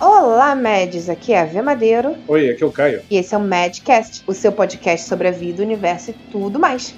Olá, Mads! Aqui é a V Madeiro Oi, aqui é o Caio. e esse é o Madcast, o seu podcast sobre a vida, o universo e tudo mais.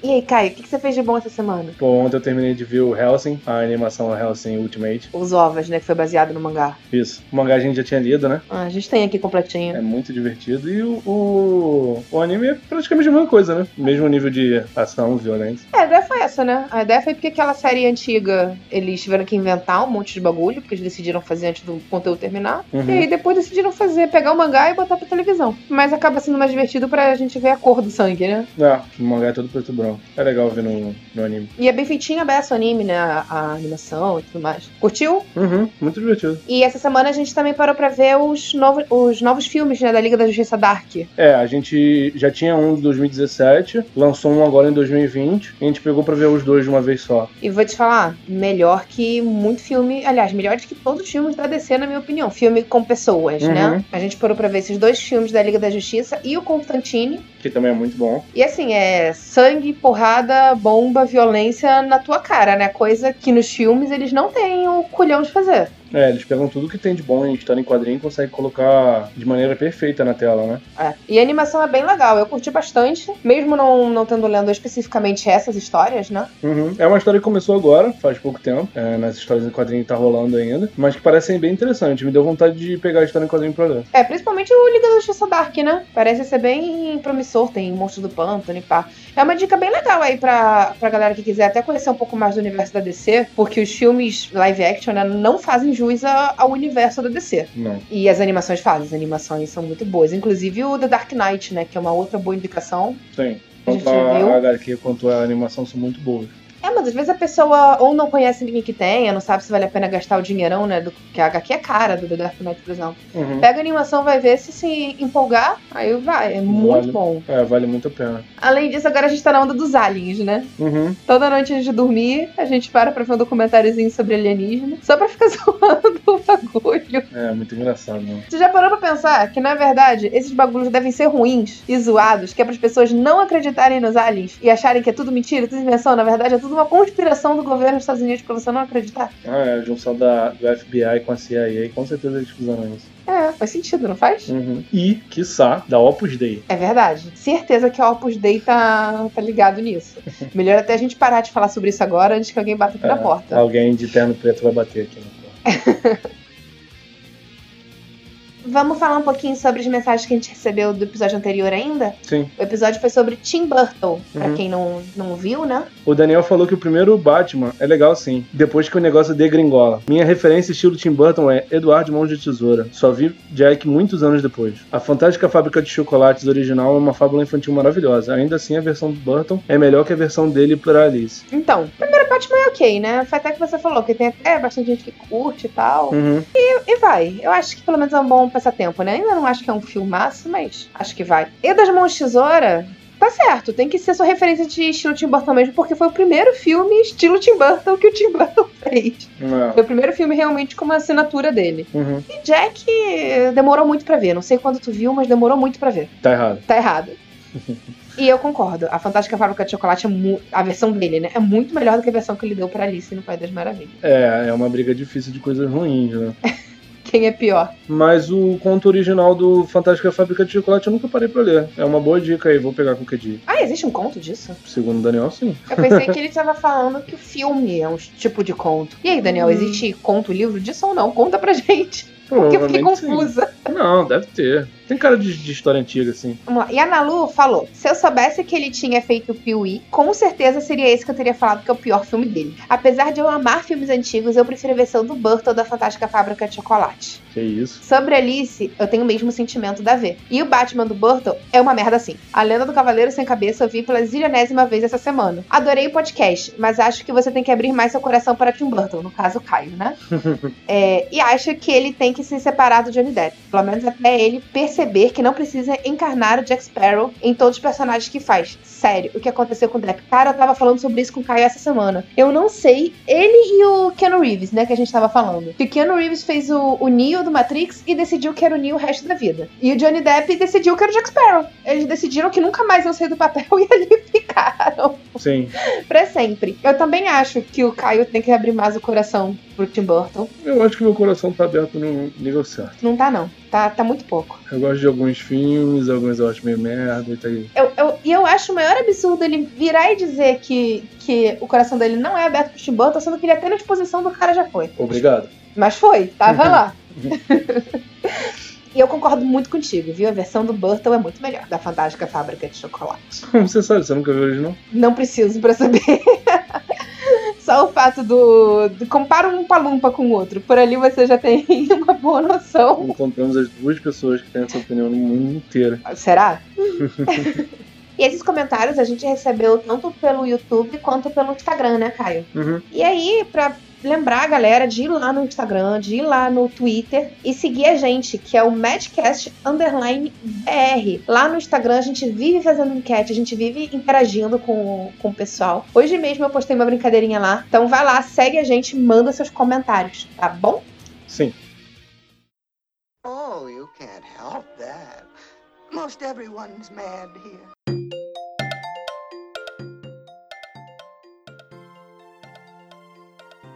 E aí, Caio, o que que você fez de bom essa semana? Pô, ontem eu terminei de ver o Hellsing, a animação Hellsing Ultimate. Os ovos, né? Que foi baseado no mangá. Isso. O mangá a gente já tinha lido, né? Ah, a gente tem aqui completinho. É muito divertido. E o, o, o anime é praticamente a mesma coisa, né? Mesmo nível de ação, violência. É, a ideia foi essa, né? A ideia foi porque aquela série antiga eles tiveram que inventar um monte de bagulho, porque eles decidiram fazer antes do conteúdo terminar. Uhum. E aí depois decidiram fazer, pegar o mangá e botar pra televisão. Mas acaba sendo mais divertido pra gente ver a cor do sangue, né? Ah, o mangá é todo preto e branco. É legal ver no, no anime. E é bem feitinho a beça o anime, né? A, a animação e tudo mais. Curtiu? Uhum, muito divertido. E essa semana a gente também parou pra ver os novos, os novos filmes, né? Da Liga da Justiça Dark. É, a gente já tinha um de 2017, lançou um agora em 2020, e a gente pegou pra ver os dois de uma vez só. E vou te falar, melhor que muito filme. Aliás, melhor do que todos os filmes da DC, na minha opinião. Filme com pessoas, Uhum. né? A gente parou pra ver esses dois filmes da Liga da Justiça e o Constantine. Que também é muito bom. E assim, é sangue, porrada, bomba, violência na tua cara, né? Coisa que nos filmes eles não têm o culhão de fazer. É, eles pegam tudo que tem de bom em história em quadrinho e conseguem colocar de maneira perfeita na tela, né? É. E a animação é bem legal, eu curti bastante, mesmo não, não tendo lendo especificamente essas histórias, né? Uhum. É uma história que começou agora, faz pouco tempo. É, nas histórias em quadrinho tá rolando ainda. Mas que parecem bem interessantes. Me deu vontade de pegar a história em quadrinho pra ler. É, principalmente o Liga da Justiça Dark, né? Parece ser bem promissor, tem Monstro do Pântano e pá. É uma dica bem legal aí pra, pra galera que quiser até conhecer um pouco mais do universo da DC, porque os filmes live action né, não fazem jus a- ao universo da DC. Não. E as animações fazem, as animações são muito boas. Inclusive o The Dark Knight, né? Que é uma outra boa indicação. Sim. A gente Tanto viu. a HQ quanto a animação são muito boas. É, mas às vezes a pessoa ou não conhece ninguém que tenha, não sabe se vale a pena gastar o dinheirão, né? Do, que a HQ é cara do The Dark Knight, por exemplo. Uhum. Pega a animação, vai ver se se empolgar, aí vai. É muito Vale. bom. É, vale muito a pena. Além disso, agora a gente tá na onda dos aliens, né? Uhum. Toda noite antes de dormir, a gente para pra ver um documentáriozinho sobre alienígena, só pra ficar zoando o bagulho. É, muito engraçado, né? Você já parou pra pensar que, na verdade, esses bagulhos devem ser ruins e zoados, que é pras pessoas não acreditarem nos aliens e acharem que é tudo mentira, tudo invenção, na verdade é tudo uma conspiração do governo dos Estados Unidos pra você não acreditar? Ah, é a junção da, do FBI com a CIA. Com certeza eles fizeram isso. É, faz sentido, não faz? Uhum. E, quiçá, da Opus Dei. É verdade. Certeza que o Opus Dei tá, tá ligado nisso. Melhor até a gente parar de falar sobre isso agora antes que alguém bata aqui na É, porta. Alguém de terno preto vai bater aqui na porta. Vamos falar um pouquinho sobre as mensagens que a gente recebeu do episódio anterior ainda? Sim. O episódio foi sobre Tim Burton, pra Uhum. quem não, não viu, né? O Daniel falou que o primeiro Batman é legal sim, depois que o negócio degringola. Minha referência estilo Tim Burton é Eduardo Mãos de Tesoura. Só vi Jack muitos anos depois. A Fantástica Fábrica de Chocolates original é uma fábula infantil maravilhosa. Ainda assim, a versão do Burton é melhor que a versão dele para Alice. Então, a primeira parte é ok, né? Foi até que você falou, que tem até bastante gente que curte e tal. Uhum. E vai. Eu acho que pelo menos é um bom passatempo, né? Ainda não acho que é um filmaço, mas acho que vai. E das Mãos de Tesoura. Tá certo, tem que ser sua referência de estilo Tim Burton mesmo, porque foi o primeiro filme estilo Tim Burton que o Tim Burton fez. É. Foi o primeiro filme realmente com uma assinatura dele. Uhum. E Jack eh, demorou muito pra ver. Não sei quando tu viu, mas demorou muito pra ver. Tá errado. Tá errado. e eu concordo. A Fantástica Fábrica de Chocolate, é mu- a versão dele, né? É muito melhor do que a versão que ele deu pra Alice no País das Maravilhas. É, é uma briga difícil de coisas ruins, né? Quem é pior? Mas o conto original do Fantástica Fábrica de Chocolate eu nunca parei pra ler. É uma boa dica aí, vou pegar qualquer dia. Ah, existe um conto disso? Segundo o Daniel, sim. Eu pensei que ele tava falando que o filme é um tipo de conto. E aí, Daniel, Hum. existe conto, livro disso ou não? Conta pra gente. Porque eu fiquei Provavelmente sim. confusa. Não, deve ter. Tem cara de, de história antiga, assim. Vamos lá. E a Nalu falou: se eu soubesse que ele tinha feito o Piuí, com certeza seria esse que eu teria falado que é o pior filme dele. Apesar de eu amar filmes antigos, eu prefiro a versão do Burton da Fantástica Fábrica de Chocolate. Que é isso. Sobre Alice, eu tenho o mesmo sentimento da V. E o Batman do Burton é uma merda assim. A Lenda do Cavaleiro Sem Cabeça eu vi pela zilionésima vez essa semana. Adorei o podcast, mas acho que você tem que abrir mais seu coração para Tim Burton, no caso o Caio, né? É, e acho que ele tem que se separar do Johnny Depp. Pelo menos até ele perceber que não precisa encarnar o Jack Sparrow em todos os personagens que faz. Sério, o que aconteceu com o Depp? Cara, eu tava falando sobre isso com o Caio essa semana. Eu não sei. Ele e o Keanu Reeves, né, que a gente tava falando. Que o Keanu Reeves fez o, o Neo do Matrix e decidiu que era o Neo o resto da vida. E o Johnny Depp decidiu que era o Jack Sparrow. Eles decidiram que nunca mais iam sair do papel e ali ficaram. Sim. pra sempre. Eu também acho que o Caio tem que abrir mais o coração pro Tim Burton. Eu acho que meu coração tá aberto no nível certo. Não tá, não. Tá, tá muito pouco. Eu gosto de alguns filmes, alguns eu acho meio merda e tá aí. Eu, eu, e eu acho o maior absurdo ele virar e dizer que, que o coração dele não é aberto pro Tim Burton, sendo que ele até na disposição do cara já foi. Obrigado. Mas foi, tava lá. E eu concordo muito contigo, viu? A versão do Burton é muito melhor, da Fantástica Fábrica de Chocolate. Você sabe, você nunca viu o original? Não preciso pra saber. Só o fato do. do- compara um palumpa com o outro. Por ali você já tem uma boa noção. Encontramos as duas pessoas que têm essa opinião no mundo inteiro. Será? e esses comentários a gente recebeu tanto pelo YouTube quanto pelo Instagram, né, Caio? Uhum. E aí, pra lembrar a galera de ir lá no Instagram, de ir lá no Twitter e seguir a gente, que é o Madcast Underline BR. Lá no Instagram a gente vive fazendo enquete, a gente vive interagindo com, com o pessoal. Hoje mesmo eu postei uma brincadeirinha lá. Então vai lá, segue a gente, manda seus comentários, tá bom? Sim. Oh, you can't help that. Most everyone's mad here.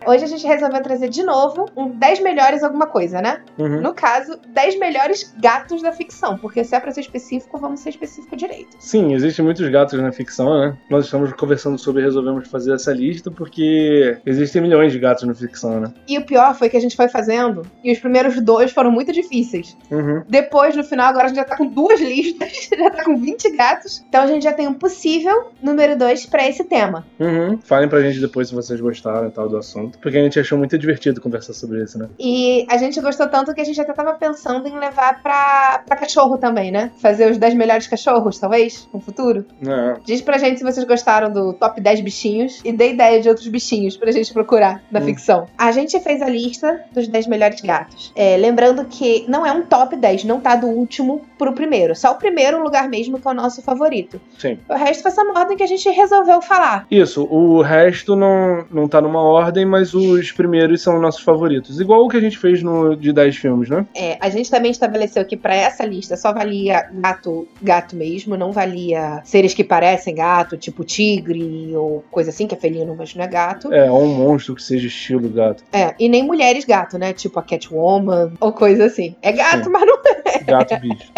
Hoje a gente resolveu trazer de novo um 10 melhores alguma coisa, né? Uhum. No caso, 10 melhores gatos da ficção, porque se é pra ser específico, vamos ser específico direito. Sim, existem muitos gatos na ficção, né? Nós estamos conversando sobre e resolvemos fazer essa lista porque existem milhões de gatos na ficção, né? E o pior foi que a gente foi fazendo e os primeiros dois foram muito difíceis. Uhum. Depois, no final, agora a gente já tá com duas listas, já tá com 20 gatos. Então a gente já tem um possível número dois pra esse tema. Uhum. Falem pra gente depois se vocês gostaram e tal do assunto, porque a gente achou muito divertido conversar sobre isso, né? E a gente gostou tanto que a gente até tava pensando em levar pra, pra cachorro também, né? Fazer os 10 melhores cachorros, talvez, no futuro. É. Diz pra gente se vocês gostaram do top 10 bichinhos e dê ideia de outros bichinhos pra gente procurar na Hum. ficção. A gente fez a lista dos 10 melhores gatos. É, lembrando que não é um top 10, não tá do último pro primeiro. Só o primeiro lugar mesmo que é o nosso favorito. Sim. O resto foi essa ordem que a gente resolveu falar. Isso, o resto não, não tá numa ordem, mas os primeiros são nossos favoritos. Igual o que a gente fez no de 10 filmes, né? É, a gente também estabeleceu que pra essa lista só valia gato, gato mesmo, não valia seres que parecem gato, tipo tigre ou coisa assim, que é felino, mas não é gato. É, ou um monstro que seja estilo gato. É, e nem mulheres gato, né? Tipo a Catwoman ou coisa assim. É gato, Sim. mas não Gato bicho.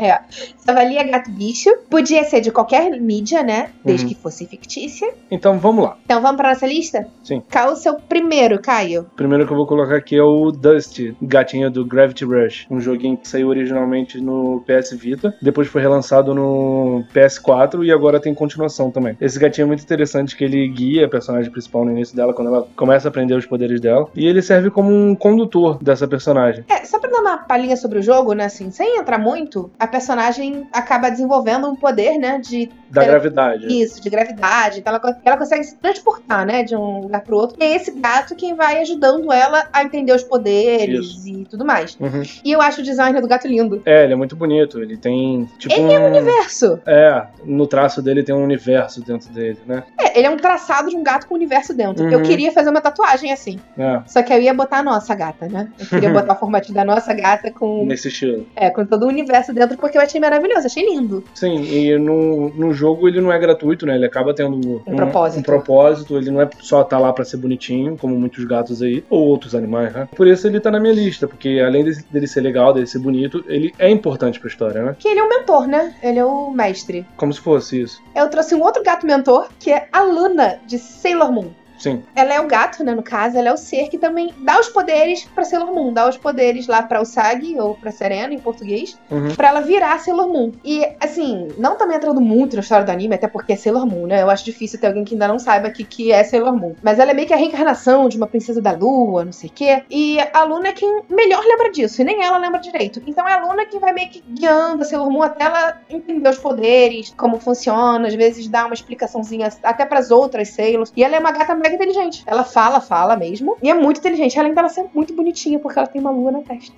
só valia gato bicho. Podia ser de qualquer mídia, né? Desde Uhum. que fosse fictícia. Então vamos lá. Então vamos pra nossa lista? Sim. Qual o seu primeiro, Caio? O primeiro que eu vou colocar aqui é o Dusty, gatinho do Gravity Rush. Um joguinho que saiu originalmente no PS Vita, depois foi relançado no PS4 e agora tem continuação também. Esse gatinho é muito interessante que ele guia a personagem principal no início dela, quando ela começa a aprender os poderes dela. E ele serve como um condutor dessa personagem. É, só pra dar uma palhinha sobre o jogo, né? Assim, sem entrar muito, a personagem acaba desenvolvendo um poder, né? De Da Pera- gravidade. isso, de gravidade. Então ela, co- ela consegue se transportar, né? De um lugar pro outro. E é esse gato quem vai ajudando ela a entender os poderes e tudo mais. Uhum. E eu acho o design do gato lindo. É, ele é muito bonito. Ele tem tipo Ele um. Universo! É, no traço dele tem um universo dentro dele, né? É, ele é um traçado de um gato com o universo dentro. Uhum. Eu queria fazer uma tatuagem assim. É, Só que eu ia botar a nossa gata, né? Eu queria botar o formatinho da nossa gata com, nesse estilo. é, com todo o universo dentro, porque eu achei maravilhoso, achei lindo. Sim, e no, no jogo ele não é gratuito, né? Ele acaba tendo Um propósito. um propósito, ele não é só tá lá pra ser bonitinho, como muitos gatos aí, ou outros animais, né? Por isso ele tá na minha lista, porque além desse- dele ser legal, dele ser bonito, ele é importante pra história, né? Que ele é o mentor, né? Ele é o mestre. Como se fosse isso. Eu trouxe um outro gato mentor, que é a Luna, de Sailor Moon. Sim. Ela é o gato, né? No caso, ela é o ser que também dá os poderes pra Sailor Moon, dá os poderes lá pra Usagi ou pra Serena em português, Uhum. pra ela virar Sailor Moon. E assim, não também entrando muito na história do anime, até porque é Sailor Moon, né? Eu acho difícil ter alguém que ainda não saiba que que é Sailor Moon. Mas ela é meio que a reencarnação de uma princesa da lua, não sei o quê. E a Luna é quem melhor lembra disso, e nem ela lembra direito. Então é a Luna que vai meio que guiando a Sailor Moon até ela entender os poderes, como funciona, às vezes dá uma explicaçãozinha até pras outras Sailors. E ela é uma gata mega é inteligente. Ela fala, fala mesmo, e é muito inteligente, além dela ser muito bonitinha, porque ela tem uma lua na testa.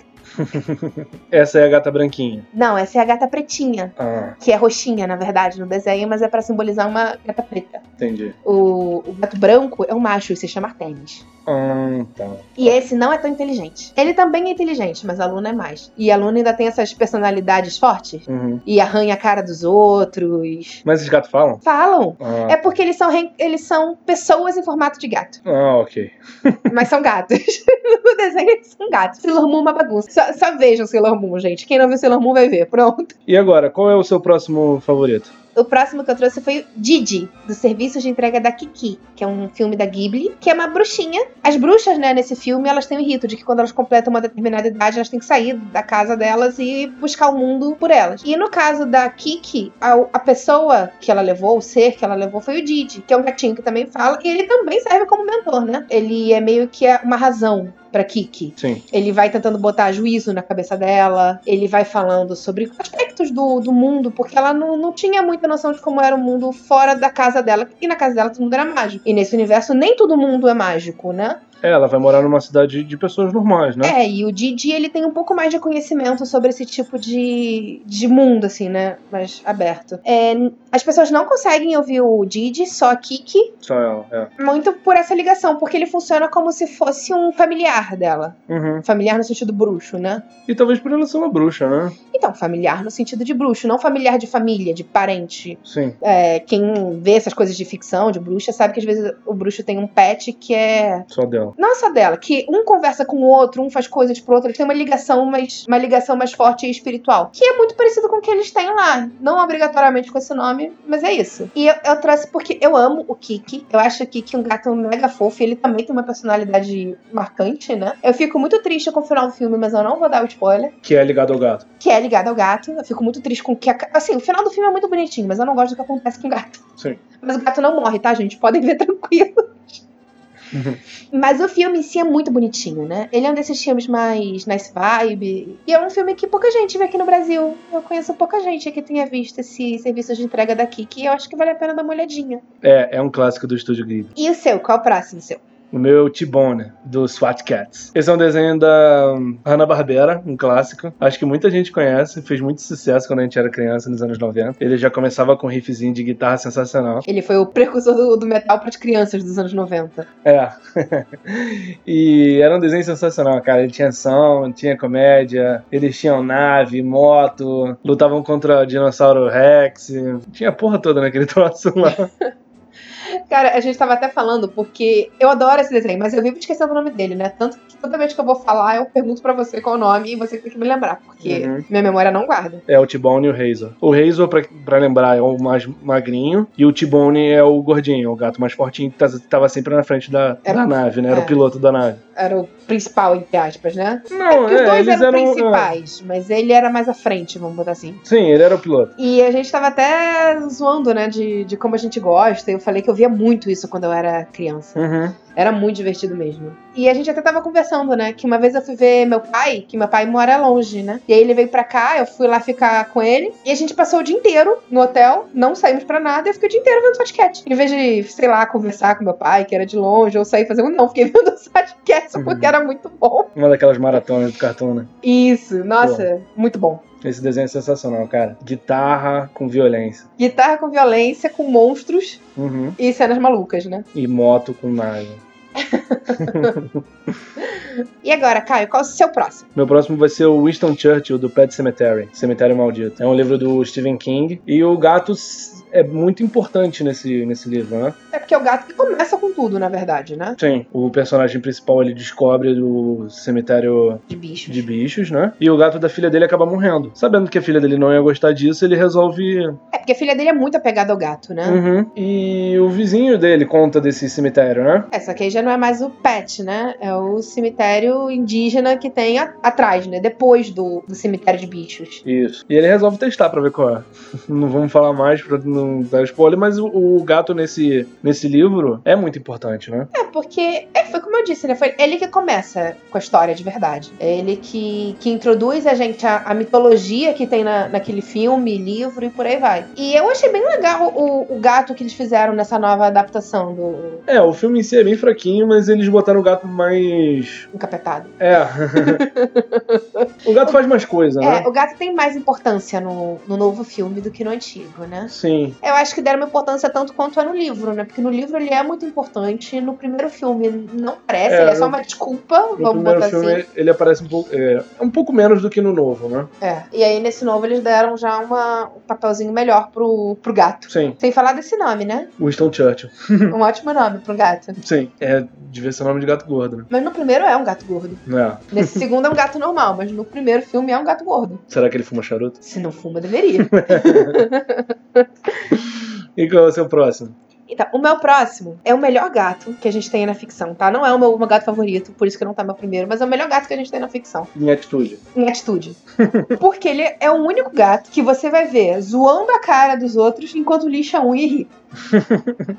Essa é a gata branquinha. Não, essa é a gata pretinha. Ah, Que é roxinha, na verdade, no desenho, mas é pra simbolizar uma gata preta. entendi. O, o gato branco é um macho e se chama Artemis. Ah, tá. E esse não é tão inteligente. Ele também é inteligente, mas a Luna é mais. E a Luna ainda tem essas personalidades fortes. Uhum. E arranha a cara dos outros. Mas esses gatos falam? Falam. Ah, É porque eles são, re- eles são pessoas em formato de gato. ah ok. Mas são gatos. no desenho eles são gatos. Sailor Moon é uma bagunça. Só, só vejam Sailor Moon, gente. Quem não viu Sailor Moon vai ver. Pronto. E agora, qual é o seu próximo favorito? O próximo que eu trouxe foi o Didi, do serviço de entrega da Kiki, que é um filme da Ghibli, que é uma bruxinha. As bruxas, né, nesse filme, elas têm o rito de que quando elas completam uma determinada idade, elas têm que sair da casa delas e buscar o mundo por elas. E no caso da Kiki, a, a pessoa que ela levou, o ser que ela levou, foi o Didi, que é um gatinho que também fala, e ele também serve como mentor, né? Ele é meio que uma razão pra Kiki. Sim. Ele vai tentando botar juízo na cabeça dela, ele vai falando sobre aspectos do, do mundo, porque ela não, não tinha muita noção de como era o mundo fora da casa dela, e na casa dela todo mundo era mágico. E nesse universo nem todo mundo é mágico, né? É, ela vai morar numa cidade de pessoas normais, né? É, e o Didi ele tem um pouco mais de conhecimento sobre esse tipo de, de mundo, assim, né? Mais aberto. É, as pessoas não conseguem ouvir o Didi, só a Kiki, Só ela, é. muito por essa ligação, porque ele funciona como se fosse um familiar dela. Uhum. Familiar no sentido bruxo, né? E talvez por ela ser uma bruxa, né? Então, familiar no sentido de bruxo, não familiar de família, de parente. Sim. É, quem vê essas coisas de ficção, de bruxa, sabe que às vezes o bruxo tem um pet que é. Só dela. Não é só dela, que um conversa com o outro, um faz coisas pro outro, eles têm uma ligação mais, uma ligação mais forte e espiritual. Que é muito parecido com o que eles têm lá. Não obrigatoriamente com esse nome, mas é isso. E eu, eu trouxe porque eu amo o Kiki. Eu acho o Kiki um gato mega fofo e ele também tem uma personalidade marcante, né? Eu fico muito triste com o final do filme, mas eu não vou dar o spoiler Que é ligada ao gato. que é ligado ao gato. Eu fico muito triste com que. a- Assim, o final do filme é muito bonitinho, mas eu não gosto do que acontece com o gato. Sim. Mas o gato não morre, tá, gente? Podem ver tranquilo. Mas o filme em si é muito bonitinho, né? Ele é um desses filmes mais nice vibe. E é um filme que pouca gente vê aqui no Brasil. Eu conheço pouca gente que tenha visto esse serviço de entrega daqui, que eu acho que vale a pena dar uma olhadinha. É, é um clássico do estúdio Ghibli. E o seu? Qual é o próximo seu? O meu é o T-Bone, do SWAT Cats. Esse é um desenho da hum, Hanna-Barbera, um clássico. Acho que muita gente conhece, fez muito sucesso quando a gente era criança, nos anos 90. Ele já começava com um riffzinho de guitarra sensacional. Ele foi o precursor do, do metal para as crianças dos anos 90. É. e era um desenho sensacional, cara. Ele tinha ação, tinha comédia, eles tinham nave, moto, lutavam contra dinossauro Rex. Tinha a porra toda naquele troço lá. Cara, a gente tava até falando, porque eu adoro esse desenho, mas eu vivo esquecendo o nome dele, né? Tanto que toda vez que eu vou falar, eu pergunto pra você qual é o nome e você tem que me lembrar, porque Uhum. minha memória não guarda. É o T-Bone e o Razor. O Razor, pra, pra lembrar, é o mais magrinho. E o T-Bone é o gordinho, o gato mais fortinho que tá- tava sempre na frente da, Era- da nave, né? Era é. o piloto da nave. Era o principal, entre aspas, né? Não, Porque os dois eles eram, é. principais, mas ele era mais à frente, vamos botar assim. ah, Sim, ele era o piloto. E a gente tava até zoando, né, de, de como a gente gosta. Eu falei que eu via muito isso quando eu era criança. Uhum. Era muito divertido mesmo. E a gente até tava conversando, né? Que uma vez eu fui ver meu pai, que meu pai mora longe, né? E aí ele veio pra cá, eu fui lá ficar com ele. E a gente passou o dia inteiro no hotel, não saímos pra nada, e eu fiquei o dia inteiro vendo Satcat. Em vez de, sei lá, conversar com meu pai, que era de longe, ou sair fazendo. Não, fiquei vendo Satcat só porque Uhum. era muito bom. Uma daquelas maratonas do cartão, né? Isso, nossa, muito bom. Esse desenho é sensacional, cara. Guitarra com violência. Guitarra com violência, com monstros Uhum. e cenas malucas, né? E moto com nave. E agora, Caio, qual é o seu próximo? Meu próximo vai ser o Winston Churchill do Pet Cemetery, Cemitério Maldito. É um livro do Stephen King e o gato s- é muito importante nesse, nesse livro, né? É porque é o gato que começa com tudo, na verdade, né? Sim. O personagem principal ele descobre o cemitério De bichos. de bichos, né? E o gato da filha dele acaba morrendo. Sabendo que a filha dele não ia gostar disso, ele resolve. É porque a filha dele é muito apegada ao gato, né? Uhum. E o vizinho dele conta desse cemitério, né? É, só que aí já não é mais o pet, né? É o cemitério indígena que tem a- atrás, né? Depois do, do cemitério de bichos. Isso. E ele resolve testar pra ver qual é. Não vamos falar mais pra não não dar spoiler, mas o, o gato nesse, nesse livro é muito importante, né? É, porque é, foi como eu disse, né? Foi ele que começa com a história de verdade. É ele que, que introduz a gente à, à mitologia que tem na, naquele filme, livro e por aí vai. E eu achei bem legal o, o gato que eles fizeram nessa nova adaptação do É, o filme em si é bem fraquinho, mas eles botaram o gato mais. Encapetado. É. o gato faz mais coisa, né? É, o gato tem mais importância no, no novo filme do que no antigo, né? Sim. Eu acho que deram uma importância tanto quanto é no livro, né? Porque no livro ele é muito importante, no primeiro filme não parece, É, ele é só no- uma desculpa, No vamos primeiro botar filme, assim. ele aparece um pouco, é, um pouco menos do que no novo, né? É. E aí nesse novo eles deram já uma, um papelzinho melhor pro, pro gato. Sim, Sem falar desse nome, né? Winston Churchill. Um ótimo nome pro gato. Sim, é, devia ser o nome de gato gordo, né? Mas no primeiro é um gato gordo. É. Nesse segundo é um gato normal, mas no primeiro filme é um gato gordo. Será que ele fuma charuto? Se não fuma, deveria. E qual é o seu próximo? Então, o meu próximo é o melhor gato que a gente tem na ficção, tá? Não é o meu, o meu gato favorito, por isso que não tá meu primeiro, mas é o melhor gato que a gente tem na ficção, Em atitude. em atitude. Porque ele é o único gato que você vai ver zoando a cara dos outros enquanto lixa a unha e ri.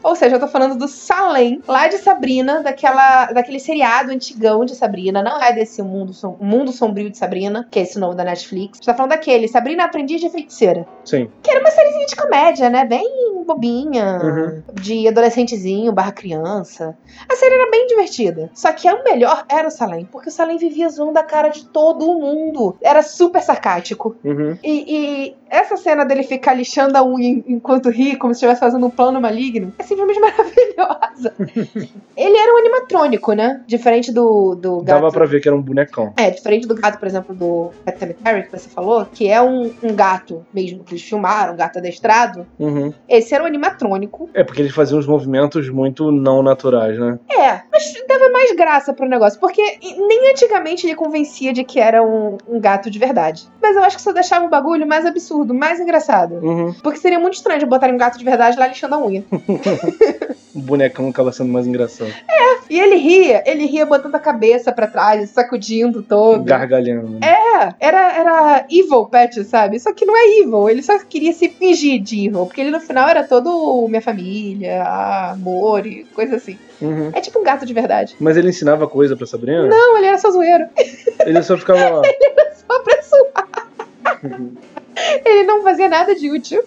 Ou seja, eu tô falando do Salem, lá de Sabrina, daquela, daquele seriado antigão de Sabrina. Não é desse mundo, Som- mundo sombrio de Sabrina, que é esse nome da Netflix. A gente tá falando daquele, Sabrina Aprendiz de Feiticeira Sim. sériezinha de comédia, né? Bem bobinha, Uhum. de adolescentezinho barra criança. A série era bem divertida. Só que o melhor era o Salem, porque o Salem vivia zoando a cara de todo mundo. Era super sarcástico. Uhum. E, e essa cena dele ficar lixando a unha en- enquanto ri, como se estivesse fazendo um plano maligno, é simplesmente maravilhosa. Ele era um animatrônico, né? Diferente do, do Dava gato pra ver que era um bonecão. é, diferente do gato, por exemplo, do Pet Cemetery, que você falou, que é um, um gato mesmo que eles filmaram, um gato adestrado. Uhum. Esse era um animatrônico. É porque eles faziam uns movimentos muito não naturais, né? É, mas dava mais graça pro negócio, porque nem antigamente ele convencia de que era um, um gato de verdade. Mas eu acho que só deixava o bagulho mais absurdo, mais engraçado. Uhum. Porque seria muito estranho de botarem um gato de verdade lá lixando a unha. O bonecão acaba sendo mais engraçado. E ele ria, ele ria botando a cabeça pra trás, sacudindo todo. Gargalhando. né? É, era, era evil pet, sabe? Só que não é evil, ele só queria se fingir de evil, porque ele no final era todo minha família, amor e coisa assim. Uhum. É tipo um gato de verdade. Mas ele ensinava coisa pra Sabrina? Não, ele era só zoeiro. Ele só ficava lá. Só pra zoar. Ele não fazia nada de útil.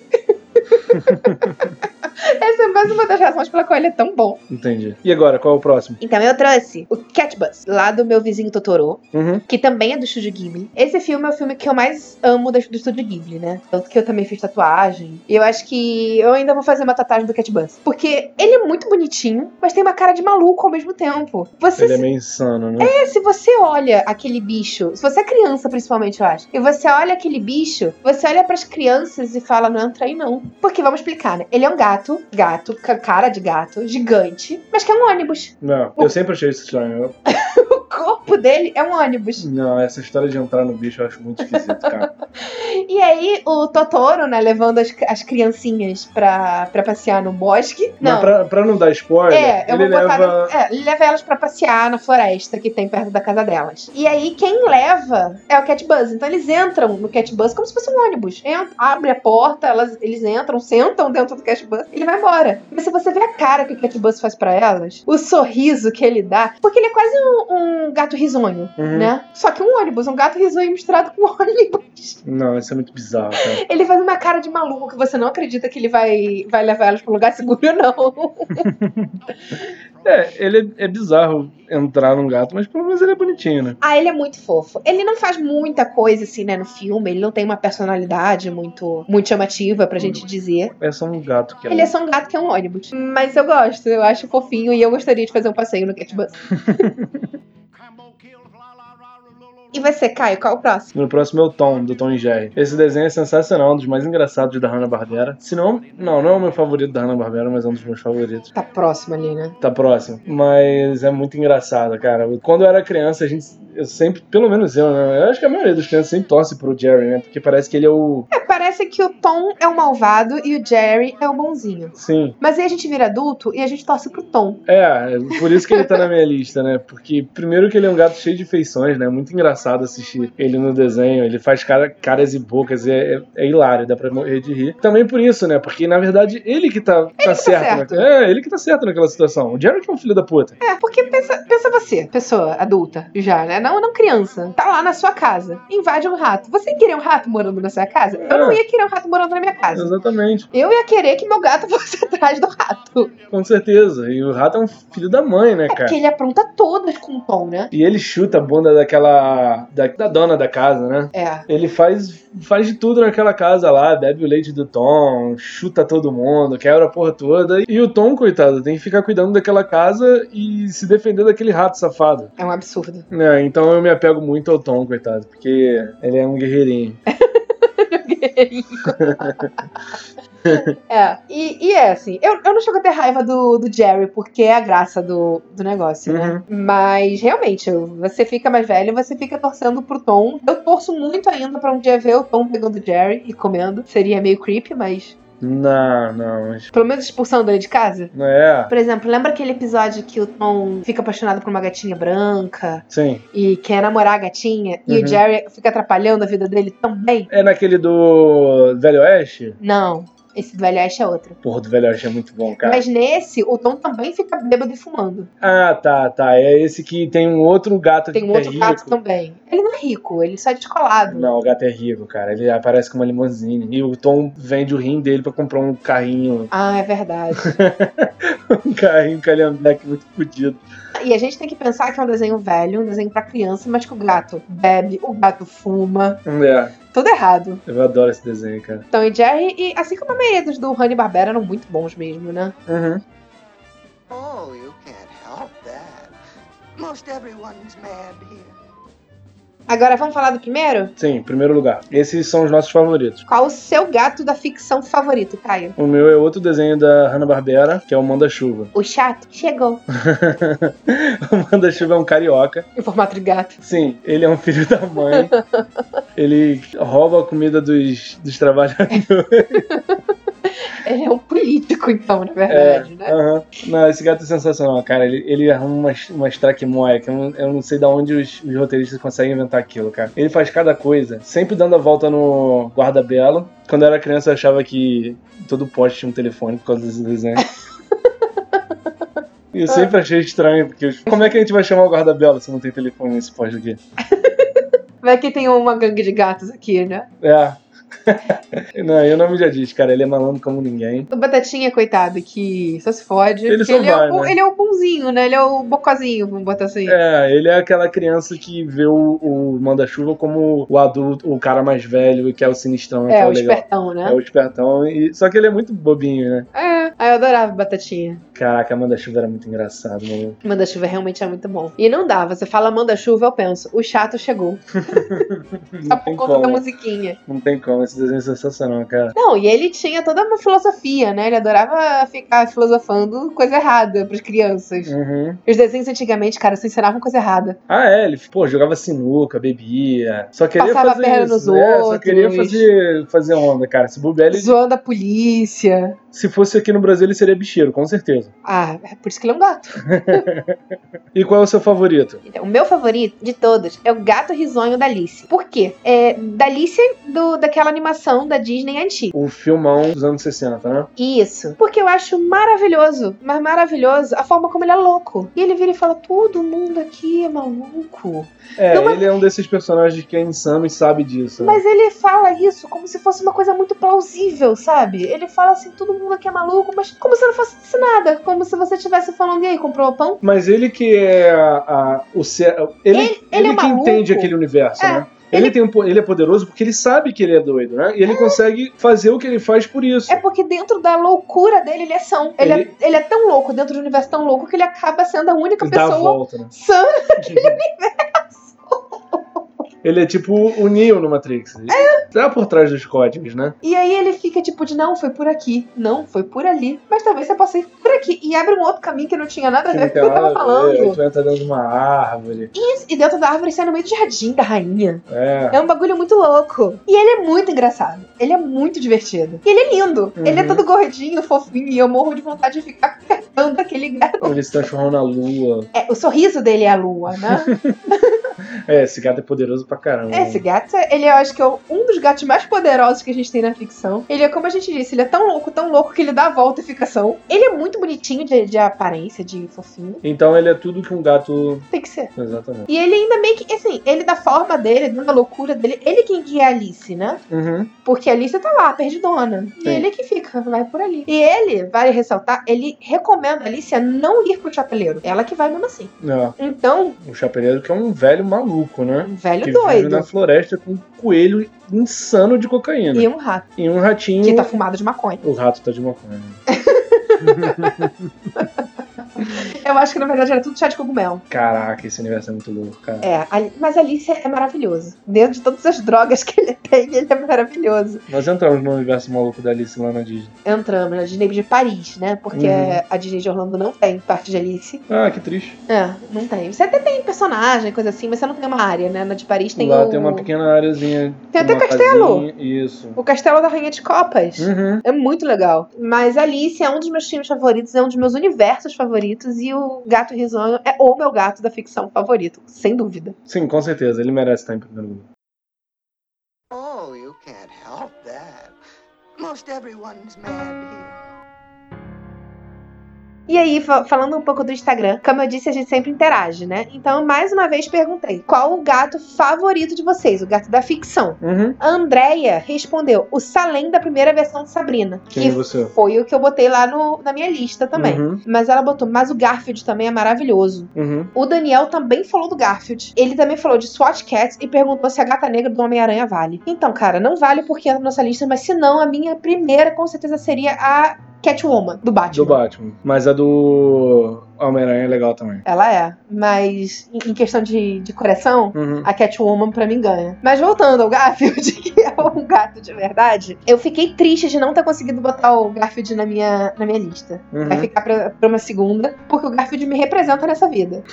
Essa é mais uma das razões pela qual ele é tão bom. Entendi. E agora, qual é o próximo? Então eu trouxe o Catbus, lá do meu vizinho Totoro. Uhum. que também é do Estúdio Ghibli. Esse filme é o filme que eu mais amo da- do Estúdio Ghibli, né? Tanto que eu também fiz tatuagem. E eu acho que eu ainda vou fazer uma tatuagem do Cat Bus. Porque ele é muito bonitinho, mas tem uma cara de maluco ao mesmo tempo. Você Ele é se- meio insano, né? se você olha aquele bicho, se você é criança principalmente, eu acho, e você olha aquele bicho, você olha pras crianças e fala, não entra aí não. Porque vamos explicar, né? Ele é um gato, gato, ca- cara de gato, gigante, mas que é um ônibus. Não, eu sempre achei isso estranho. Eu- O corpo dele é um ônibus. Não, essa história de entrar no bicho eu acho muito esquisito, cara. E aí, o Totoro, né, levando as, as criancinhas pra, pra passear no bosque. Mas Não. pra, pra não dar spoiler, É, eu ele vou botar. leva. no- é, ele leva elas pra passear na floresta que tem perto da casa delas. E aí, quem leva é o Catbus. Então, eles entram no Catbus como se fosse um ônibus. Entra, abre a porta, elas, eles entram, sentam dentro do Catbus e ele vai embora. Mas se você vê a cara que o Catbus faz pra elas, o sorriso que ele dá, porque ele é quase um, um gato risonho, Uhum. né? Só que um ônibus, um gato risonho misturado com um ônibus. Não, isso é muito bizarro, cara. Ele faz uma cara de maluco que você não acredita que ele vai, vai levar elas pra um lugar seguro, não. É, ele é, é bizarro entrar num gato, mas pelo menos ele é bonitinho, né? Ah, ele é muito fofo. Ele não faz muita coisa assim, né, no filme. Ele não tem uma personalidade muito, muito chamativa pra gente dizer. É só um gato que Ele é só um gato que é um ônibus. Mas eu gosto, eu acho fofinho e eu gostaria de fazer um passeio no Catbus. E você, Caio, qual o próximo? No próximo é o Tom, do Tom e Jerry. Esse desenho é sensacional, um dos mais engraçados da Hanna-Barbera. Se não, não, não é o meu favorito da Hanna-Barbera, mas é um dos meus favoritos. Tá próximo ali, né? Tá próximo. Mas é muito engraçado, cara. Quando eu era criança, a gente, eu eu sempre, pelo menos eu, né? Eu acho que a maioria dos crianças sempre torce pro Jerry, né? Porque parece que ele é o. É, parece que o Tom é o malvado e o Jerry é o bonzinho. Sim. Mas aí a gente vira adulto e a gente torce pro Tom. É, por isso que ele tá na minha lista, né? Porque primeiro que ele é um gato cheio de feições, né? Muito engraçado assistir ele no desenho. Ele faz cara, caras e bocas, e é, é- é hilário, dá pra morrer de rir. Também por isso, né? Porque na verdade ele que tá, tá certo. certo. né? É, ele que tá certo naquela situação. O Jerry que é um filho da puta. É, porque pensa, pensa você, pessoa adulta já, né? Não, não criança. Tá lá na sua casa, invade um rato. Você queria um rato morando na sua casa? Eu não É. ia querer um rato morando na minha casa. Exatamente, Eu ia querer que meu gato fosse atrás do rato. com certeza. E o rato é um filho da mãe, né, É cara? porque ele apronta todas com o Tom, né? E ele chuta a bunda daquela. Da, da dona da casa, né? É. Ele faz, faz de tudo naquela casa lá, bebe o leite do Tom, chuta todo mundo, quebra a porra toda. E o Tom, coitado, tem que ficar cuidando daquela casa e se defender daquele rato safado. É um absurdo. Né, então eu me apego muito ao Tom, coitado, porque ele é um guerreirinho. É. E, e é assim, eu, eu não chego a ter raiva do, do Jerry, porque é a graça do, do negócio, Uhum. né? Mas realmente, você fica mais velho, você fica torcendo pro Tom. Eu torço muito ainda pra um dia ver o Tom pegando o Jerry e comendo. Seria meio creepy, mas. Não, não, mas. Pelo menos expulsando ele de casa. Não é? Por exemplo, lembra aquele episódio que o Tom fica apaixonado por uma gatinha branca Sim. e quer namorar a gatinha e Uhum. o Jerry fica atrapalhando a vida dele também? É naquele do Velho Oeste? Não, esse do Velho Oeste é outro. Porra, do Velho Oeste é muito bom, cara. Mas nesse, o Tom também fica bêbado e fumando. Ah, tá, tá. É esse que tem um outro gato Tem que um outro é gato rico. também. Ele não é rico, ele só é descolado. Não, o gato é rico, cara. Ele aparece com uma limousine. E o Tom vende o rim dele pra comprar um carrinho. Ah, é verdade. Um carrinho calhambeque muito fodido. e a gente tem que pensar que é um desenho velho, um desenho pra criança, mas que o gato bebe, o gato fuma, É, tudo errado. eu adoro esse desenho, cara. Então, e Jerry, e assim como a maioria dos do Honey Barbera eram muito bons mesmo, né? Uhum. Oh, you can't help that. Most everyone's mad here. Agora vamos falar do primeiro? Sim, em primeiro lugar. Esses são os nossos favoritos. Qual o seu gato da ficção favorito, Caio? O meu é outro desenho da Hanna-Barbera, que é o Manda-Chuva. O chato chegou. o Manda-Chuva é um carioca. Em formato de gato. Sim, ele é um filho da mãe. Ele rouba a comida dos, dos trabalhadores. Ele é um político, então, na É. verdade, né? Aham. Não, esse gato é sensacional, cara. Ele, ele arruma umas, umas traquimóia que eu não, eu não sei de onde os, os roteiristas conseguem inventar aquilo, cara. Ele faz cada coisa, sempre dando a volta no guarda-belo. Quando eu era criança, eu achava que todo poste tinha um telefone por causa desse desenho. E eu sempre achei estranho, porque como é que a gente vai chamar o guarda-belo se não tem telefone nesse poste aqui? Vai que tem uma gangue de gatos aqui, né? É. Não, e o nome já diz, cara, ele é malandro como ninguém. O Batatinha, coitado, que só se fode. Ele porque só é vai, o, bu- né? ele é o bonzinho, né? Ele é o bocozinho, vamos botar assim. É, ele é aquela criança que vê o, o manda-chuva como o adulto, o cara mais velho, que é o sinistrão, que É, é o o legal. espertão, É né? o espertão, e... só que ele é muito bobinho, né? É, ah, eu adorava o Batatinha. Caraca, manda-chuva era muito engraçado, mano. Manda-chuva realmente é muito bom. E não dá, você fala manda-chuva, eu penso, o chato chegou. Só Não por tem conta da como, musiquinha. não tem como, esse desenho é sensacional, cara. Não, e ele tinha toda uma filosofia, né? Ele adorava ficar filosofando coisa errada pras crianças. Uhum. Os desenhos antigamente, cara, só ensinavam coisa errada. Ah, é, ele, pô, jogava sinuca, bebia, só queria Passava a fazer perna isso, nos né? Só outros. queria fazer, fazer onda, cara. Se bobear, ele, Zoando a polícia. se fosse aqui no Brasil, ele seria bicheiro, com certeza. Ah, é por isso que ele é um gato. E qual é o seu favorito? Então, o meu favorito de todos é o gato risonho da Alice. Por quê? É da Alice do, daquela animação da Disney antiga. O filmão dos anos 60, né? Isso. Porque eu acho maravilhoso, mas maravilhoso, a forma como ele é louco. E ele vira e fala: todo mundo aqui é maluco. É, Não, mas- ele é um desses personagens que é insano e sabe disso. né? Mas ele fala isso como se fosse uma coisa muito plausível, sabe? Ele fala assim, todo mundo aqui é maluco, mas como se não fosse nada. Como se você estivesse falando, e aí, comprou pão? Mas ele que é a, a- o ser, ele, ele, ele é que maluco. entende aquele universo, É, né? Ele, tem um po- ele é poderoso porque ele sabe que ele é doido, né? E ele consegue fazer o que ele faz por isso. É porque dentro da loucura dele, ele é são. Ele, Ele- É, ele é tão louco, dentro do universo tão louco, que ele acaba sendo a única Ele dá a pessoa volta, né? sã. Ele é tipo o Neo no Matrix. Tá por trás dos códigos, né? E aí ele fica tipo de não, foi por aqui, não, foi por ali, mas talvez você possa ir por aqui. E abre um outro caminho que não tinha nada a Que tá é. ver não com É, o que eu tem tava nada a ver, aí falando. tu entra tá dentro de uma árvore. Isso, E dentro da árvore sai no meio do jardim da rainha. É. É um bagulho muito louco. E ele é muito engraçado. Ele é muito divertido. E ele é lindo. Uhum. Ele é todo gordinho, fofinho, e eu morro de vontade de ficar cagando aquele gato. Ele se transformou na lua. É, o sorriso dele é a lua, né? É, esse gato é poderoso pra caramba. Esse gato, ele eu acho que é um dos gatos mais poderosos que a gente tem na ficção. Ele é, como a gente disse, ele é tão louco, tão louco que ele dá a volta e fica são. Ele é muito bonitinho de, de aparência, de fofinho. Então ele é tudo que um gato. Tem que ser. Exatamente. E ele ainda meio que, assim, ele da forma dele, da loucura dele, ele quem guia a Alice, né? Uhum. Porque a Alice tá lá, perdidona. E Sim. ele que fica, vai por ali. E ele, vale ressaltar, ele recomenda a Alice a não ir pro chapeleiro. Ela que vai mesmo assim. É. Então, O chapeleiro que é um velho maluco, né? um velho que vive doido. na floresta com um coelho insano de cocaína. E um rato, E um ratinho. que tá fumado de maconha. O rato tá de maconha. Eu acho que na verdade era tudo chá de cogumelo. Caraca, esse universo é muito louco, cara. É, a- mas a Alice é maravilhoso. Dentro de todas as drogas que ele tem, ele é maravilhoso. Nós entramos no universo maluco da Alice lá na Disney. Entramos na Disney de Paris, né? Porque Uhum. a Disney de Orlando não tem parte de Alice. Ah, que triste. É, não tem. Você até tem personagem, coisa assim, mas você não tem uma área, né? Na de Paris tem lá o... tem uma pequena áreazinha. Tem até uma castelo. casinha, Isso. o Castelo da Rainha de Copas. Uhum. É muito legal. Mas Alice é um dos meus filmes favoritos, é um dos meus universos favoritos. E o Gato Risonho é o meu gato da ficção favorito, sem dúvida. Sim, com certeza. Ele merece estar em primeiro lugar. Oh, you can't help that. Most everyone's mad here. E aí, fa- falando um pouco do Instagram, como eu disse, a gente sempre interage, né? Então, mais uma vez, perguntei: qual o gato favorito de vocês? O gato da ficção. Uhum. A Andrea respondeu: o Salem da primeira versão de Sabrina. Quem é você? foi o que eu botei lá no- na minha lista também. Uhum. Mas ela botou, mas o Garfield também é maravilhoso. Uhum. O Daniel também falou do Garfield. Ele também falou de SWAT Cats e perguntou se a gata negra do Homem-Aranha vale. Então, cara, não vale porque entra na nossa lista, mas se não, a minha primeira com certeza seria a Catwoman, do Batman. Do Batman. Mas a do Homem-Aranha é legal também. Ela é. Mas em em questão de, de coração, Uhum. a Catwoman pra mim ganha. Mas voltando ao Garfield, que é um gato de verdade, eu fiquei triste de não ter conseguido botar o Garfield na minha, na minha lista. Vai Uhum. ficar pra, pra uma segunda, porque o Garfield me representa nessa vida.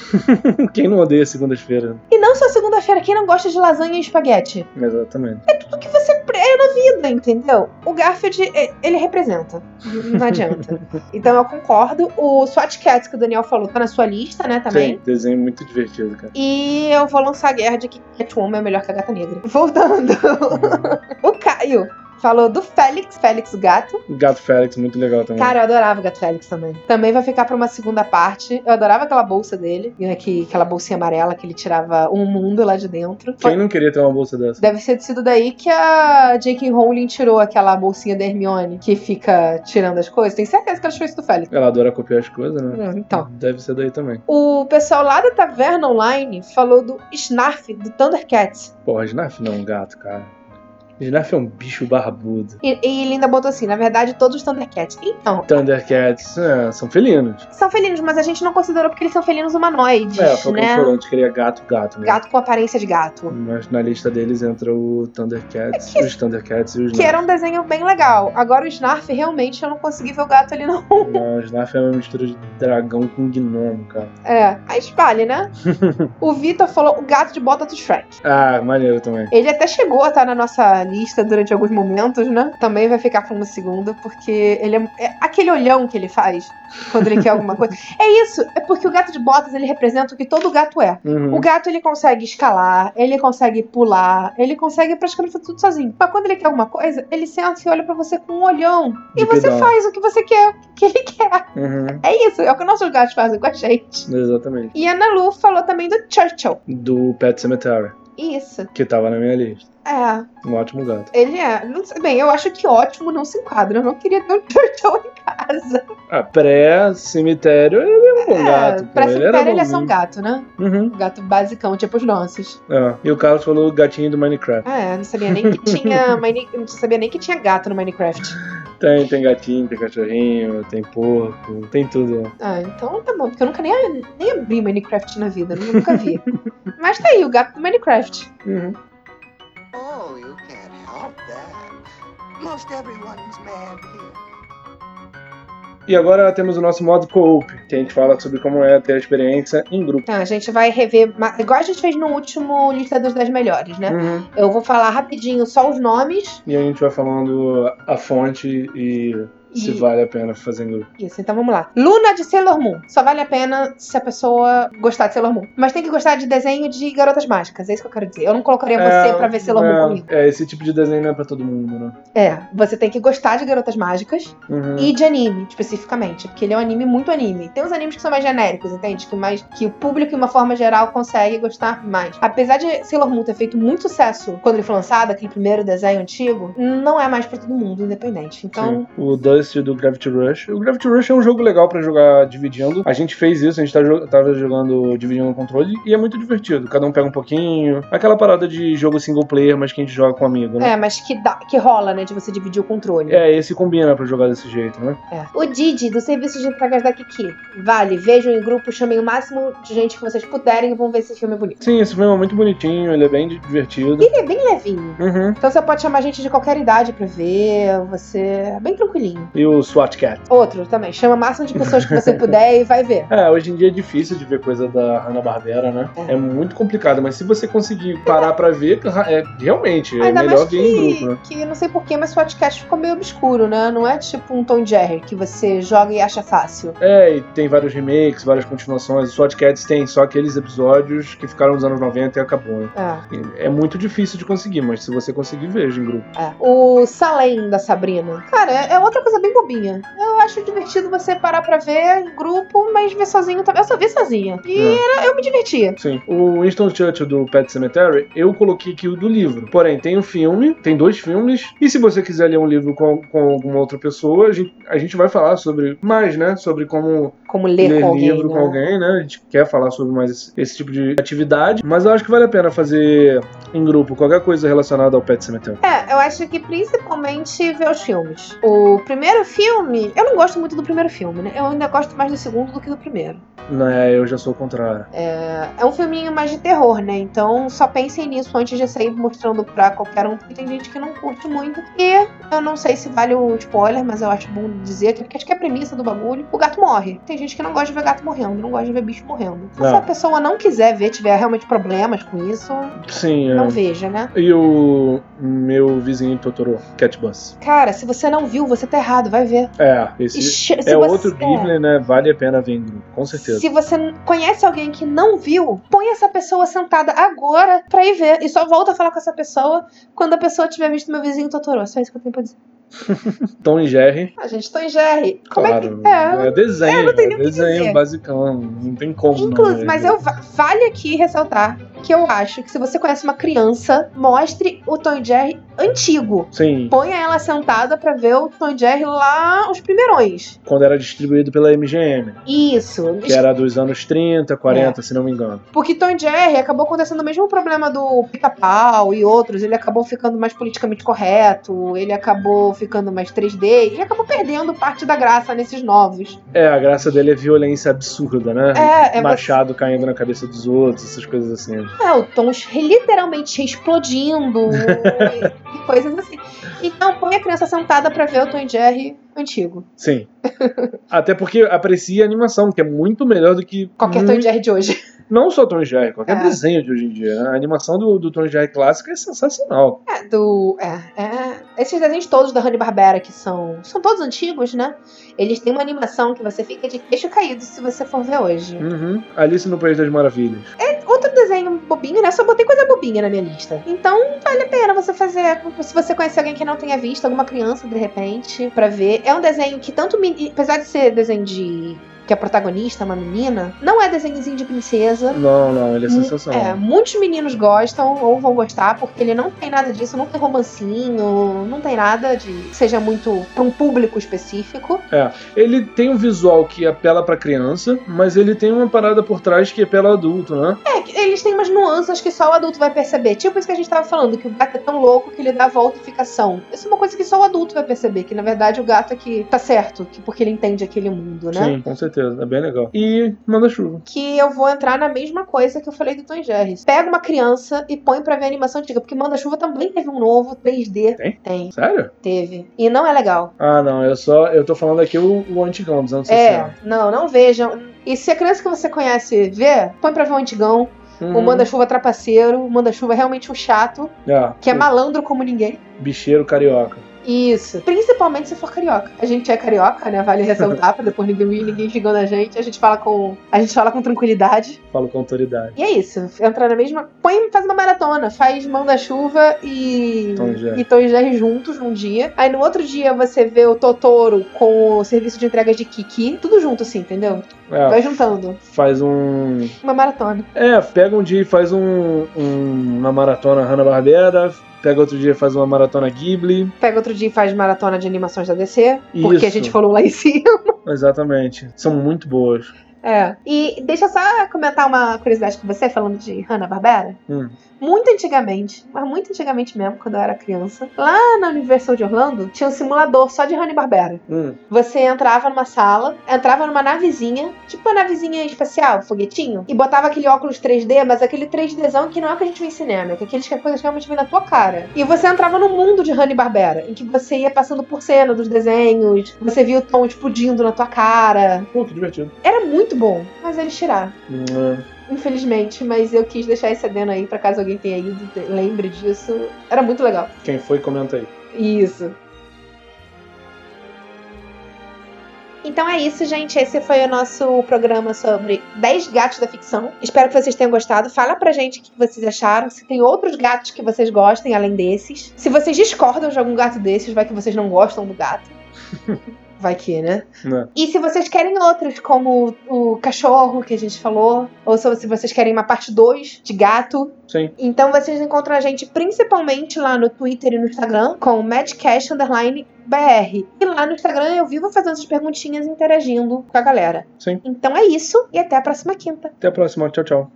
Quem não odeia segundas-feira? E não só segunda-feira, quem não gosta de lasanha e esfaguete? Exatamente. Tudo que você pre- é na vida, entendeu? O Garfield, é- ele representa. Não adianta. Então eu concordo. O SWAT Cats, que o Daniel falou, tá na sua lista, né, também. Sim, desenho muito divertido, cara. E eu vou lançar a guerra de que Catwoman é melhor que a Gata Negra. Voltando. o Caio falou do Félix, Félix o Gato. Gato Félix, muito legal também. Cara, eu adorava o Gato Félix também. Também vai ficar pra uma segunda parte. Eu adorava aquela bolsa dele, né, que, aquela bolsinha amarela que ele tirava um mundo lá de dentro. Foi- Quem não queria ter uma bolsa dessa? Deve ter sido daí que a J.K. Rowling tirou aquela bolsinha da Hermione, que fica tirando as coisas. Tenho certeza que ela tirou isso do Félix. Ela adora copiar as coisas, né? Hum, Então, Deve ser daí também. o pessoal lá da Taverna Online falou do Snarf, do Thundercats. Porra, Snarf não é um gato, cara. Snarf é um bicho barbudo. E, e ele ainda botou assim, na verdade, todos os Thundercats. Então, Thundercats é, são felinos. são felinos, mas a gente não considerou porque eles são felinos humanoides, É, foi o que né? a falou, a gente queria gato, gato, né? Gato com aparência de gato. Mas na lista deles entra o Thundercats, É que- os Thundercats e os Que era um desenho bem legal. Agora o Snarf, realmente, eu não consegui ver o gato ali, não. Não, Snarf é uma mistura de dragão com gnomo, cara. É, aí espalha, né? o Vitor falou o gato de bota do Shrek. Ah, maneiro também. Ele até chegou a estar na nossa lista durante alguns momentos, né? Também vai ficar por uma segunda, porque ele é, é aquele olhão que ele faz quando ele quer alguma coisa. É isso, é porque o gato de botas ele representa o que todo gato é. Uhum. O gato ele consegue escalar, ele consegue pular, ele consegue praticamente fazer tudo sozinho. Mas quando ele quer alguma coisa, ele senta e olha pra você com um olhão. e De você pedal. faz o que você quer, o que ele quer. Uhum. É isso, é o que nossos gatos fazem com a gente. Exatamente. E a Ana Lu falou também do Churchill. Do Pet Cemetery, Isso. que tava na minha lista. É, Um ótimo gato. ele é. Não sei, bem, eu acho que ótimo não se enquadra. Eu não queria ter um Churchill em casa. Ah, pré-cemitério, ele é um bom gato. pô. pra ele era cemitério ele é só um bonzinho. gato, né? Uhum. Um gato basicão, tipo os nossos. É. E o Carlos falou o gatinho do Minecraft. Ah, é, não sabia nem que tinha. Mine- Não sabia nem que tinha gato no Minecraft. Tem, tem gatinho, tem cachorrinho, tem porco, tem tudo. Ah, então tá bom, porque eu nunca nem, nem abri Minecraft na vida, nu- nunca vi. Mas tá aí, o gato do Minecraft. Uhum. Oh, you can't help Most everyone's mad here. E agora temos o nosso modo co-op, que a gente fala sobre como é ter a experiência em grupo. Então, a gente vai rever, ma- igual a gente fez no último lista dos 10 melhores, né? Uhum. Eu vou falar rapidinho só os nomes. E a gente vai falando a fonte e se E- vale a pena fazer em grupo. Isso, então vamos lá. Luna de Sailor Moon. Só vale a pena se a pessoa gostar de Sailor Moon. Mas tem que gostar de desenho de garotas mágicas, é isso que eu quero dizer. Eu não colocaria você pra ver Sailor Moon comigo. é, é, esse tipo de desenho não é pra todo mundo, né? É, você tem que gostar de garotas mágicas Uhum. e de anime, especificamente. Porque ele é um anime muito anime. Tem uns animes que são mais genéricos, entende? Que, mais, que o público, de uma forma geral, consegue gostar mais. Apesar de Sailor Moon ter feito muito sucesso quando ele foi lançado, aquele primeiro desenho antigo, não é mais pra todo mundo, independente. Então, Sim. O Dust do Gravity Rush. O Gravity Rush é um jogo legal pra jogar dividindo. A gente fez isso, a gente tá jo- tava jogando dividindo o controle e é muito divertido. Cada um pega um pouquinho. Aquela parada de jogo single player, mas que a gente joga com um amigo, né? é, mas que, dá, que rola, né, de você dividir o controle. É, esse combina pra jogar desse jeito, né? É. O Didi, do serviço de entregas da Kiki. Vale, vejam em grupo, chamem o máximo de gente que vocês puderem e vão ver esse filme bonito. Sim, esse filme é muito bonitinho, ele é bem divertido. Ele é bem levinho. Uhum. Então você pode chamar gente de qualquer idade pra ver, você é bem tranquilinho. E o SWAT Cat. Outro também, chama o máximo de pessoas que você puder e vai ver. É, hoje em dia é difícil de ver coisa da Hanna-Barbera, né? É. muito complicado, mas se você conseguir parar pra ver, é, realmente, é Ainda melhor mais ver que, em grupo, né? que não sei porquê, mas o podcast ficou meio obscuro, né? Não é tipo um Tom Jerry que você joga e acha fácil. É, e tem vários remakes, várias continuações. O SWAT Cats tem só aqueles episódios que ficaram nos anos 90 e acabou, né? É, E É muito difícil de conseguir, mas se você conseguir, veja em grupo. é. O Salem da Sabrina. Cara, é é outra coisa bem bobinha. Eu acho divertido você parar pra ver em grupo, mas ver sozinho também. Eu só vi sozinha. E É. era- eu me divertia. Sim. O Winston Churchill do Pet Cemetery, eu coloquei aqui o do livro. Porém, tem o filme, tem dois filmes. E se você quiser ler um livro com, com alguma outra pessoa, a gente, a gente vai falar sobre mais, né? Sobre como Como ler, com alguém. livro né? com alguém, né? A gente quer falar sobre mais esse, esse tipo de atividade. Mas eu acho que vale a pena fazer em grupo qualquer coisa relacionada ao Pet Cemetery. É, eu acho que principalmente ver os filmes. O primeiro filme, eu não gosto muito do primeiro filme, né? Eu ainda gosto mais do segundo do que do primeiro. Não, é, eu já sou o contrário. É um filminho mais de terror, né? Então só pensem nisso antes de sair mostrando pra qualquer um, porque tem gente que não curte muito. E eu não sei se vale o spoiler, mas eu acho bom dizer que porque acho que é a premissa do bagulho. O gato morre. Tem gente que não gosta de ver gato morrendo, não gosta de ver bicho morrendo. Então, É. se a pessoa não quiser ver, tiver realmente problemas com isso, Sim, não é. veja, né? E o meu vizinho Totoro, Cat Bus. Cara, se você não viu, você tá errado, vai ver. É, E esse che- se é você- outro Ghibli, né? Vale a pena ver em grupo, com certeza. Se você conhece alguém que não viu, põe essa pessoa sentada agora pra ir ver. E só volta a falar com essa pessoa quando a pessoa tiver visto meu vizinho Totoro. Só isso que eu tenho pra dizer. Tom e Jerry, Ah, gente, tô em GR. Como é claro. que. É. é um desenho, é, não tem nem o que desenho dizer. basicão. Não tem como. não Inclusive, ver. mas é eu va- vale aqui ressaltar que eu acho que se você conhece uma criança, mostre o Tom e Jerry antigo. Sim, Ponha ela sentada pra ver o Tom e Jerry lá, os primeirões. quando era distribuído pela MGM, Isso. que era dos anos 30, É. 40, se não me engano. Porque Tom e Jerry acabou acontecendo o mesmo problema do Pica-Pau e outros. Ele acabou ficando mais politicamente correto, ele acabou ficando mais 3D, ele acabou perdendo parte da graça nesses novos. É, a graça dele é violência absurda, né? É, é Machado caindo na cabeça dos outros, essas coisas assim. você- É, o Tom literalmente explodindo e- e coisas assim. Então põe a criança sentada pra ver o Tom e Jerry antigo. Sim. Até porque aprecia a animação, que é muito melhor do que. Qualquer Tom muito- e Jerry de hoje. Não só Tom e Jerry, qualquer É. desenho de hoje em dia. né? A animação do, do Tom e Jerry clássico é sensacional. É, do. É, é. Esses desenhos todos da Hanna-Barbera que são. São todos antigos, né? Eles têm uma animação que você fica de queixo caído se você for ver hoje. Uhum. Alice no País das Maravilhas. Outro desenho bobinho, né? Só botei coisa bobinha na minha lista. Então, vale a pena você fazer. Se você conhecer alguém que não tenha visto, alguma criança de repente, pra ver. É um desenho que tanto. meni- Apesar de ser desenho de. que a protagonista é uma menina, não é desenhozinho de princesa. Não, não, ele é Mu- sensacional. É, muitos meninos gostam ou vão gostar, porque ele não tem nada disso, não tem romancinho, não tem nada de que seja muito pra um público específico. Ele tem um visual que apela pra criança, mas ele tem uma parada por trás que apela adulto, né? É, que eles têm umas nuances que só o adulto vai perceber. Tipo isso que a gente tava falando, que o gato é tão louco que ele dá a volta e fica são. Isso é uma coisa que só o adulto vai perceber, que na verdade o gato é que tá certo, que porque ele entende aquele mundo, né? Sim, com certeza. É bem legal. E Manda Chuva. que eu vou entrar na mesma coisa que eu falei do Tom e Jerry. Pega uma criança e põe pra ver a animação antiga, porque Manda Chuva também teve um novo 3D. Tem? Tem, Sério? teve. E não é legal. Ah, não. Eu só. Eu tô falando aqui o, o antigão dos anos É, 60. não, não vejam. E se a criança que você conhece vê, põe pra ver o antigão, o Uhum. manda-chuva trapaceiro, o manda-chuva é realmente um chato, Ah, que é o malandro como ninguém. Bicheiro carioca. Isso. Principalmente se for carioca. A gente é carioca, né? Vale ressaltar pra depois ninguém, ninguém xingando a gente. A gente fala com. A gente fala com tranquilidade. Falo com autoridade. E é isso, entrar na mesma. Põe, faz uma maratona, faz mão da chuva e. Tom e Jerry. e Tom e Jerry juntos num dia. Aí no outro dia você vê o Totoro com o serviço de entrega de Kiki. Tudo junto, assim, entendeu? É, Vai juntando. faz um. Uma maratona. É, pega um dia e faz um- um- uma maratona Hanna-Barbera, pega outro dia e faz uma maratona Ghibli. Pega outro dia e faz maratona de animações da DC. Isso. Porque a gente falou lá em cima. Exatamente. São muito boas. É. E deixa eu só comentar uma curiosidade com você, falando de Hanna-Barbera. Hum. Muito antigamente, mas muito antigamente mesmo, quando eu era criança, lá na Universal de Orlando, tinha um simulador só de Hanna-Barbera. Hum. Você entrava numa sala, entrava numa navezinha, tipo uma navezinha espacial, foguetinho, e botava aquele óculos 3D, mas aquele 3Dzão que não é o que a gente vê em cinema, que é aqueles que a coisa realmente vem na tua cara. E você entrava no mundo de Hanna-Barbera, em que você ia passando por cena dos desenhos, você via o tom explodindo na tua cara. Pô, que divertido. Era muito bom, mas eles tiraram. Hum, é. Infelizmente, mas eu quis deixar esse adendo aí pra caso alguém tenha ido, te- lembre disso. Era muito legal. Quem foi, comenta aí. Isso. Então é isso, gente. Esse foi o nosso programa sobre 10 gatos da ficção. Espero que vocês tenham gostado. Fala pra gente o que vocês acharam, se tem outros gatos que vocês gostem além desses. Se vocês discordam de algum gato desses, vai que vocês não gostam do gato. Vai que, né? Né? E se vocês querem outros, como o cachorro que a gente falou, ou se vocês querem uma parte 2 de gato, Sim. então vocês encontram a gente principalmente lá no Twitter e no Instagram com Madcast underline BR. E lá no Instagram eu vivo fazendo essas perguntinhas e interagindo com a galera. Sim. Então é isso e até a próxima quinta. Até a próxima. Tchau, tchau.